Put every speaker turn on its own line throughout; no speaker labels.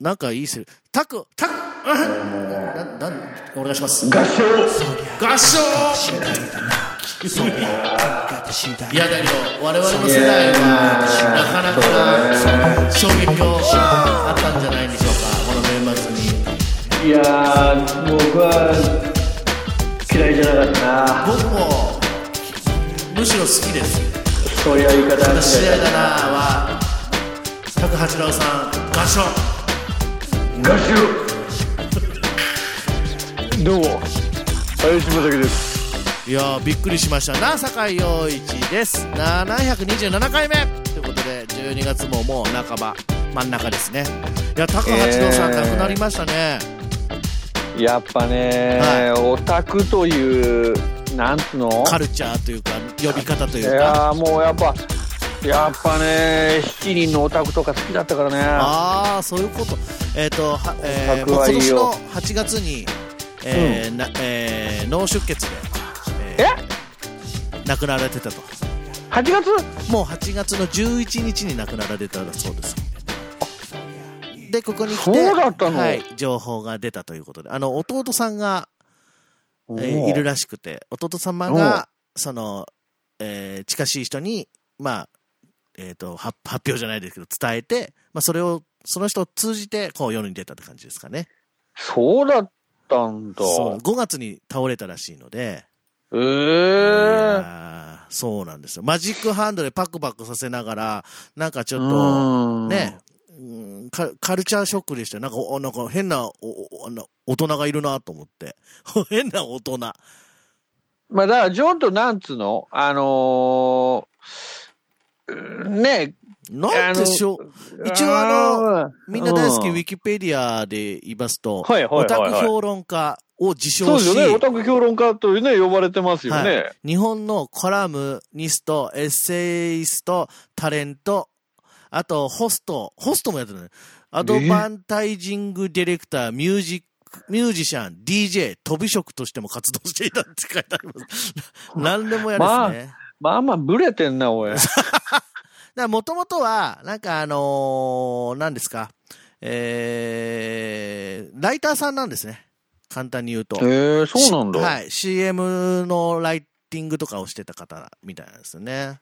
なんかいいセリフ。タク、タク、あな、なん、お願いします。
合唱
合唱いやだけど、我々の世代は、なかなか衝撃をあったんじゃないでしょうか、この年末に。
いやー僕は嫌いじゃなかったな
僕も、むしろ好きです。
そういう言い方は
試合
嫌い
だなは、タク八郎さん、合唱
合唱どうも林正樹です
いやーびっくりしましたな坂井陽一です727回目ということで12月ももう半ば真ん中ですねいや高橋堂さん、
えー
亡くなりましたね
やっぱね、オタクというなんつうの
カルチャーというか呼び方とい
いう
か
やーもうやっぱやっぱね7人のオタクとか好きだったからね
ああそういうことえっ、とは、えー
オタクはいい
今年の
よ
8月に、えーなえー脳出血で、え
え
ー亡くなられてたと
8月
もう8月の11日に亡くなられたそうです。で、ここに来て、
そうだったの
はい、情報が出たということで、あの、弟さんが、えー
おう
いるらしくて、弟様が、その、えー近しい人に、まあ、えっ、と、発発表じゃないですけど、伝えて、まあ、それを、その人を通じて、こう、世に出たって感じですかね。
そうだったんだ
そう。5月に倒れたらしいので、
え
い
ー
やーそうなんですよ。マジックハンドでパクパクさせながら、なんかち
う
ょっと、
ん
ね、うんカカルチャーショックでしたよなんか、おなんか変なおおあの大人がいるなと思って。 変な大人。
まあだからジョンとなんつうのあのーね
なんでしょう。一応あのみんな大好きウィ
キ
キペディアで言いますと、
はいはい
オ
はい
タ
はい
ク評論家を自
そ
称
うです
し、
よねオタク評論家とね呼ばれてますよね、
は日本のコラムニスト、エッセイスト、タレント、あとホスト、ホストもやってるね。アドバンタイジングディレクター、ミュージック、ミュージシャン、DJ、飛び職としても活動していたって書いてあります。 何でもや
まあ
ですね。
まあまあブレてんなおい
だもともとは、なんかあのー、何ですか、えー、ライターさんなんですね。簡単に言うと。
えー、そうなんだ、
しはい。CM のライティングとかをしてた方みたいなんですよね。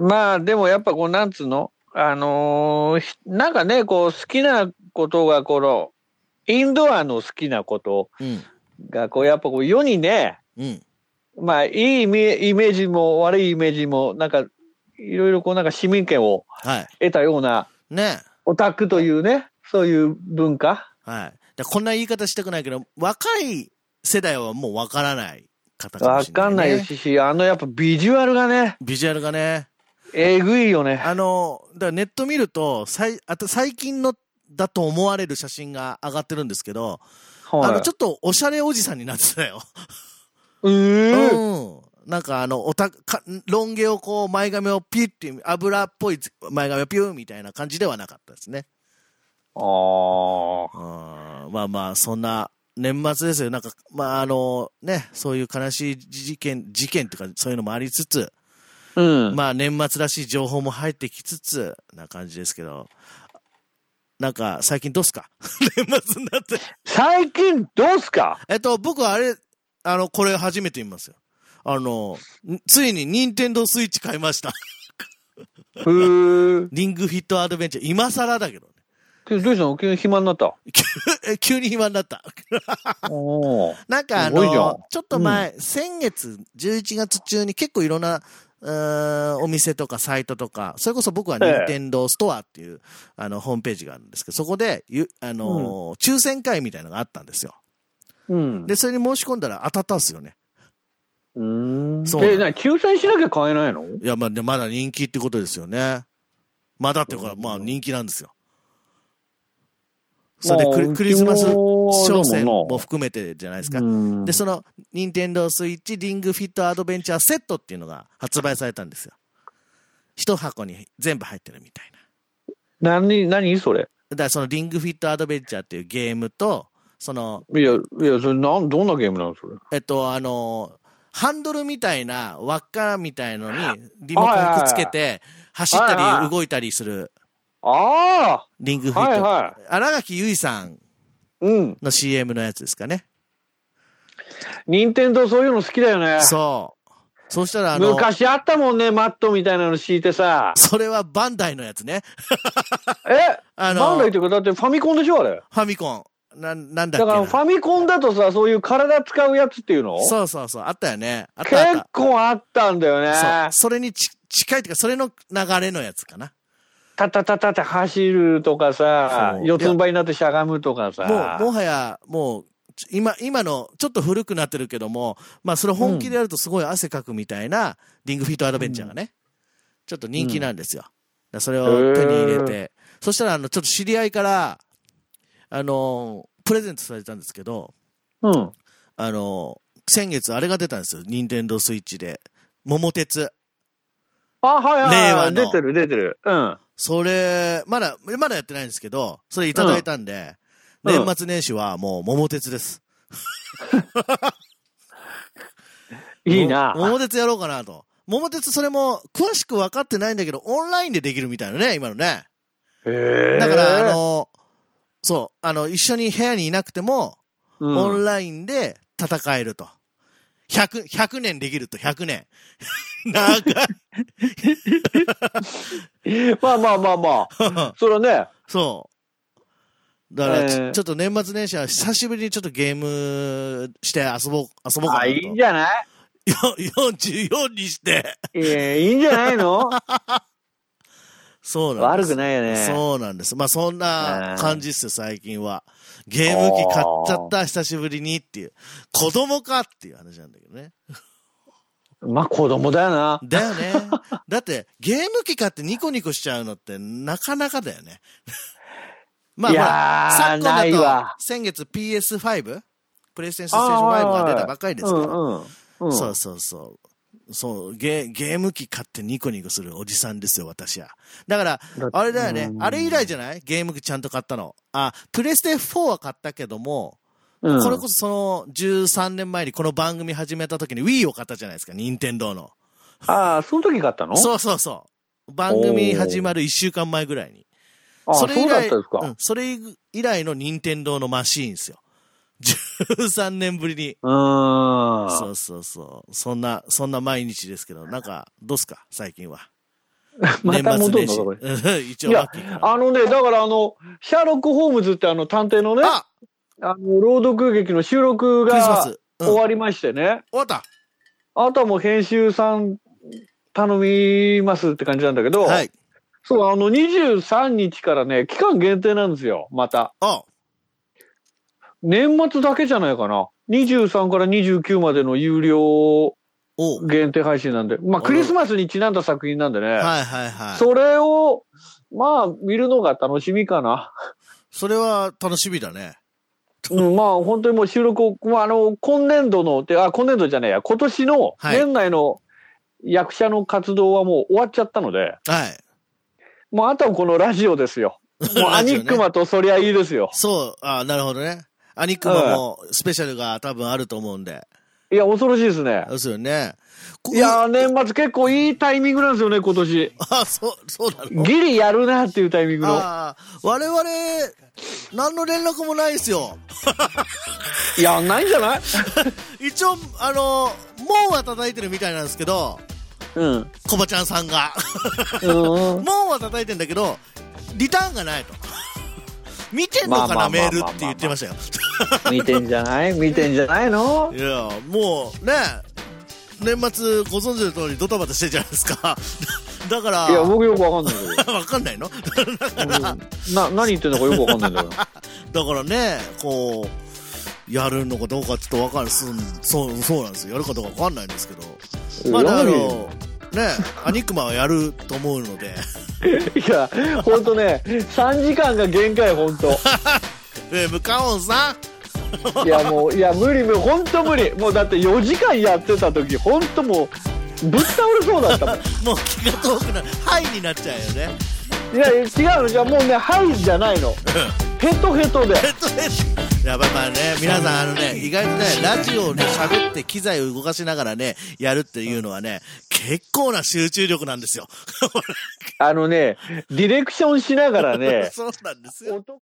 まあでもやっぱこうなんつうのあのーひなんかねこう好きなことがこのインドアの好きなこと
うん。
がこうやっぱこう世にね
うん。
まあいいイメイメージも悪いイメージもなんかいろいろこうなんか市民権を
はい。
得たような
ね
オタクというねそういう文化
はい。でこんな言い方したくないけど、若い世代はもうわからない方かも
わ
しれない、
かんないし、あのやっぱビジュアルがね
ビジュアルがね。
えぐいよね
あの、だからネット見ると、さいあと最近のだと思われる写真が上がってるんですけど、あの、ちょっとおしゃれおじさんになってたよ。
うーん
うん。なんかあの、おたか、ロン毛をこう、前髪をピュッて、油っぽい前髪をピューみたいな感じではなかったですね。
あー
うん。まあまあ、そんな、年末ですよ。なんか、まああの、ね、そういう悲しい事件、事件とかそういうのもありつつ、
うん
まあ年末らしい情報も入ってきつつ、な感じですけど、なんか最近どうっすか 年末になって。
最近どうすか
えっと、僕はあれ、あの、これ初めて見ますよ。あの、んついに任天堂スイッチ買いました。
うーん
リングフィットアドベンチャー、今更だけどね。
どうしたの急に暇になった。
え急に暇になった。
おー
なんかあ
すごいじゃん
の、ちょっと前、先月、11月中に結構いろんな、うーんお店とかサイトとか、それこそ僕は
ええ
任天堂ストアっていう、あの、ホームページがあるんですけど、そこで、ゆあのー抽選会みたいなのがあったんですよ。
うん。
で、それに申し込んだら当たったんですよね。
うーん。
そう
え、な、救済しなきゃ買えないの
いや、まあ、でまだ人気ってことですよね。まだっていうか、まあ人気なんですよ。それでクリクリスマス商戦も含めてじゃないですか。で、そ
の、
の、任天堂スイッチリングフィットアドベンチャーセットっていうのが発売されたんですよ。一箱に全部入ってるみたいな。
何、何それ。
だからそのリングフィットアドベンチャーっていうゲームと、その、
いや、いや、それ、なん、どんなゲームなのそれ。
えっと、あの、ハンドルみたいな輪っかみたいのにリモコンくっつけて走ったり動いたりする
あ
リング
あ
フィッ
はい
ト。
は
荒垣結衣さん
い。うん。
の CM のやつですかね。
任天堂そういうの好きだよね。
そう。そうしたら、あの、
昔あったもんね、マットみたいなの敷いてさ。
それはバンダイのやつね。
え
あ
な
の、
んだいってか、だってファミコンでしょ、あれ。
ファミコン。なん、なんだっ
だ
け
から
な
ファミコンだとさ、そういう体使うやつっていうの
そうそうそう。あったよね。あったあっ
結構あったんだよね。
た。そう。それにち近いっていうか、それの流れのやつかな。
たたたたって走るとかさ
そ、う
四つん這いになってしゃがむとかさ。
もう、もはや、もう、ち今、今の、ちょっと古くなってるけども、まあ、それ本気でやるとすごい汗かくみたいな、リングフィットアドベンチャーがね、ちょっと人気なんですよ。だからそれを手に入れて、そしたら、あの、ちょっと知り合いから、あの、プレゼントされたんですけど、
うん。
あの、先月あれが出たんですよ。任天堂スイッチで。桃鉄。
あ、はいはい
令
は
和
い。
の
出てる出てる。うん。
それ、まだ、まだやってないんですけど、それいただいたんで、
うんうん
年末年始はもう桃鉄です。
いいな
も。桃鉄やろうかなと。桃鉄それも詳しく分かってないんだけど、オンラインでできるみたいなね、今のね。
へ
だから、あ、の、そう、あの、一緒に部屋にいなくても、
う
オ
ん
ンラインで戦えると。100、100年できると、100年。 長
まあまあまあま
い
あ。。それはね、
そう。だからち、
えー
ちょっと年末年始は久しぶりにちょっとゲームして遊ぼう、遊ぼうかな
あ、
と。
いいんじゃない
よ44にして。
いやいいんじゃな いの
そうなんで
悪
す。
くないよね。
そうなんです。まあそんな感じっすよ、最近は。ゲーム機買っちゃった、久しぶりにっていう。子供かっていう話なんだけどね。
まあ子供だよな。
だよ ね。だって、ゲーム機買ってニコニコしちゃうのってなかなかだよね。 まあ
い
まあ、
や
昨
ー、
今
ない
だ
わ
と。、先月 PS5? プレイステーション5が出たばっかりです
う
か
ん
ら。
うん。うん
そうそうそう。そう、ゲー、ゲーム機買ってニコニコするおじさんですよ、私は。だから、あれだよね。あれ以来じゃないゲーム機ちゃんと買ったの。あ、プレステ4は買ったけども、
うん
これこそその13年前にこの番組始めた時に Wii を買ったじゃないですか、任天堂の。
ああ、その時買ったの
そうそうそう。番組始まる1週間前ぐらいに。
あ
そ
そ
れ以
うだっ
来、
たですか。
うん、それ以来の任天堂のマシーンですよ。13年ぶりに。
うーん。
そうそうそう。そんな、そんな毎日ですけど、なんか、どうっすか最近は。
また戻るの
年
そこ
末
に
年始。 うん一応
いや
マッキーから、
あのね、だからあの、シャーロック・ホームズってあの探偵のね、
あ
あの、朗読劇の収録
クリスマ
が
ス。うん、
終
終
わりましてね、
わった。
あとはもう編集さん頼みますって感じなんだけど、
はい。
そう、あの、23日からね、期間限定なんですよ、また。
あ
年末だけじゃないかな。23から29までの有料
おう
限定配信なんで、まあ、クリスマスにちなんだ作品なんでね、
はいはいはい。
それを、まあ、見るのが楽しみかな。
それは楽しみだね。
うん、まあ、本当にもう収録を、まあ、あの、今年度の、であ、今年度じゃないや、今年の
はい
年内の役者の活動はもう終わっちゃったので、
はい。
もうあとはこのラジオで すよ。もうア
ラジオ
ニ
ね
ックマとそりゃいいですよ。
そう、あなるほどね。アニックマもスペシャルが多分あると思うんで。
いや、恐ろしいですね。
ですよね。こ
いやー、年末結構いいタイミングなんですよね、今年。
あ、そう、そうなの
ギリやるなっていうタイミングの。
ああ、我々、何の連絡もないですよ。
いや、ないんじゃない
一応、あの、門は叩いてるみたいなんですけど、
うん。うん。
コバちゃんさんが。門は叩いてんだけど、リターンがないと。見てんのか
ま
な、
あまあまあまあま
メ
あ
ールって言ってましたよ。
見てんじゃない見てんじゃないの
いや、もうね、年末ご存知の通りドタバタしてるじゃないですか。 だから、
いや、僕よくわかんないけど。
わかんないの だ
うんな何言ってんのかよくわかんないん だよ。
からね、こう、やるのかどうかちょっとわかんない。すんそう、そうなんですよ。やるかどうかわかんないんですけど。まあ、だから、ね、アニックマはやると思うので。
いや、ほんとね、3時間が限界、ほんと。
えー、ムカオンさん
いや、もう、いや、無理、無理、ほんと無理。もうだって4時間やってた時、ほんともう、ぶっ倒れそうだったもん。
もう気が遠くなる。ハイになっちゃうよね。
いや、違うの、じゃあもうね、はいじゃないの。ヘトヘトで。
えっとねい や、やっぱね、皆さんあのね、意外とね、ラジオをね、喋って機材を動かしながらね、やるっていうのはね、結構な集中力なんですよ。
あのね、ディレクションしながら ね、
そうなんですよ。
音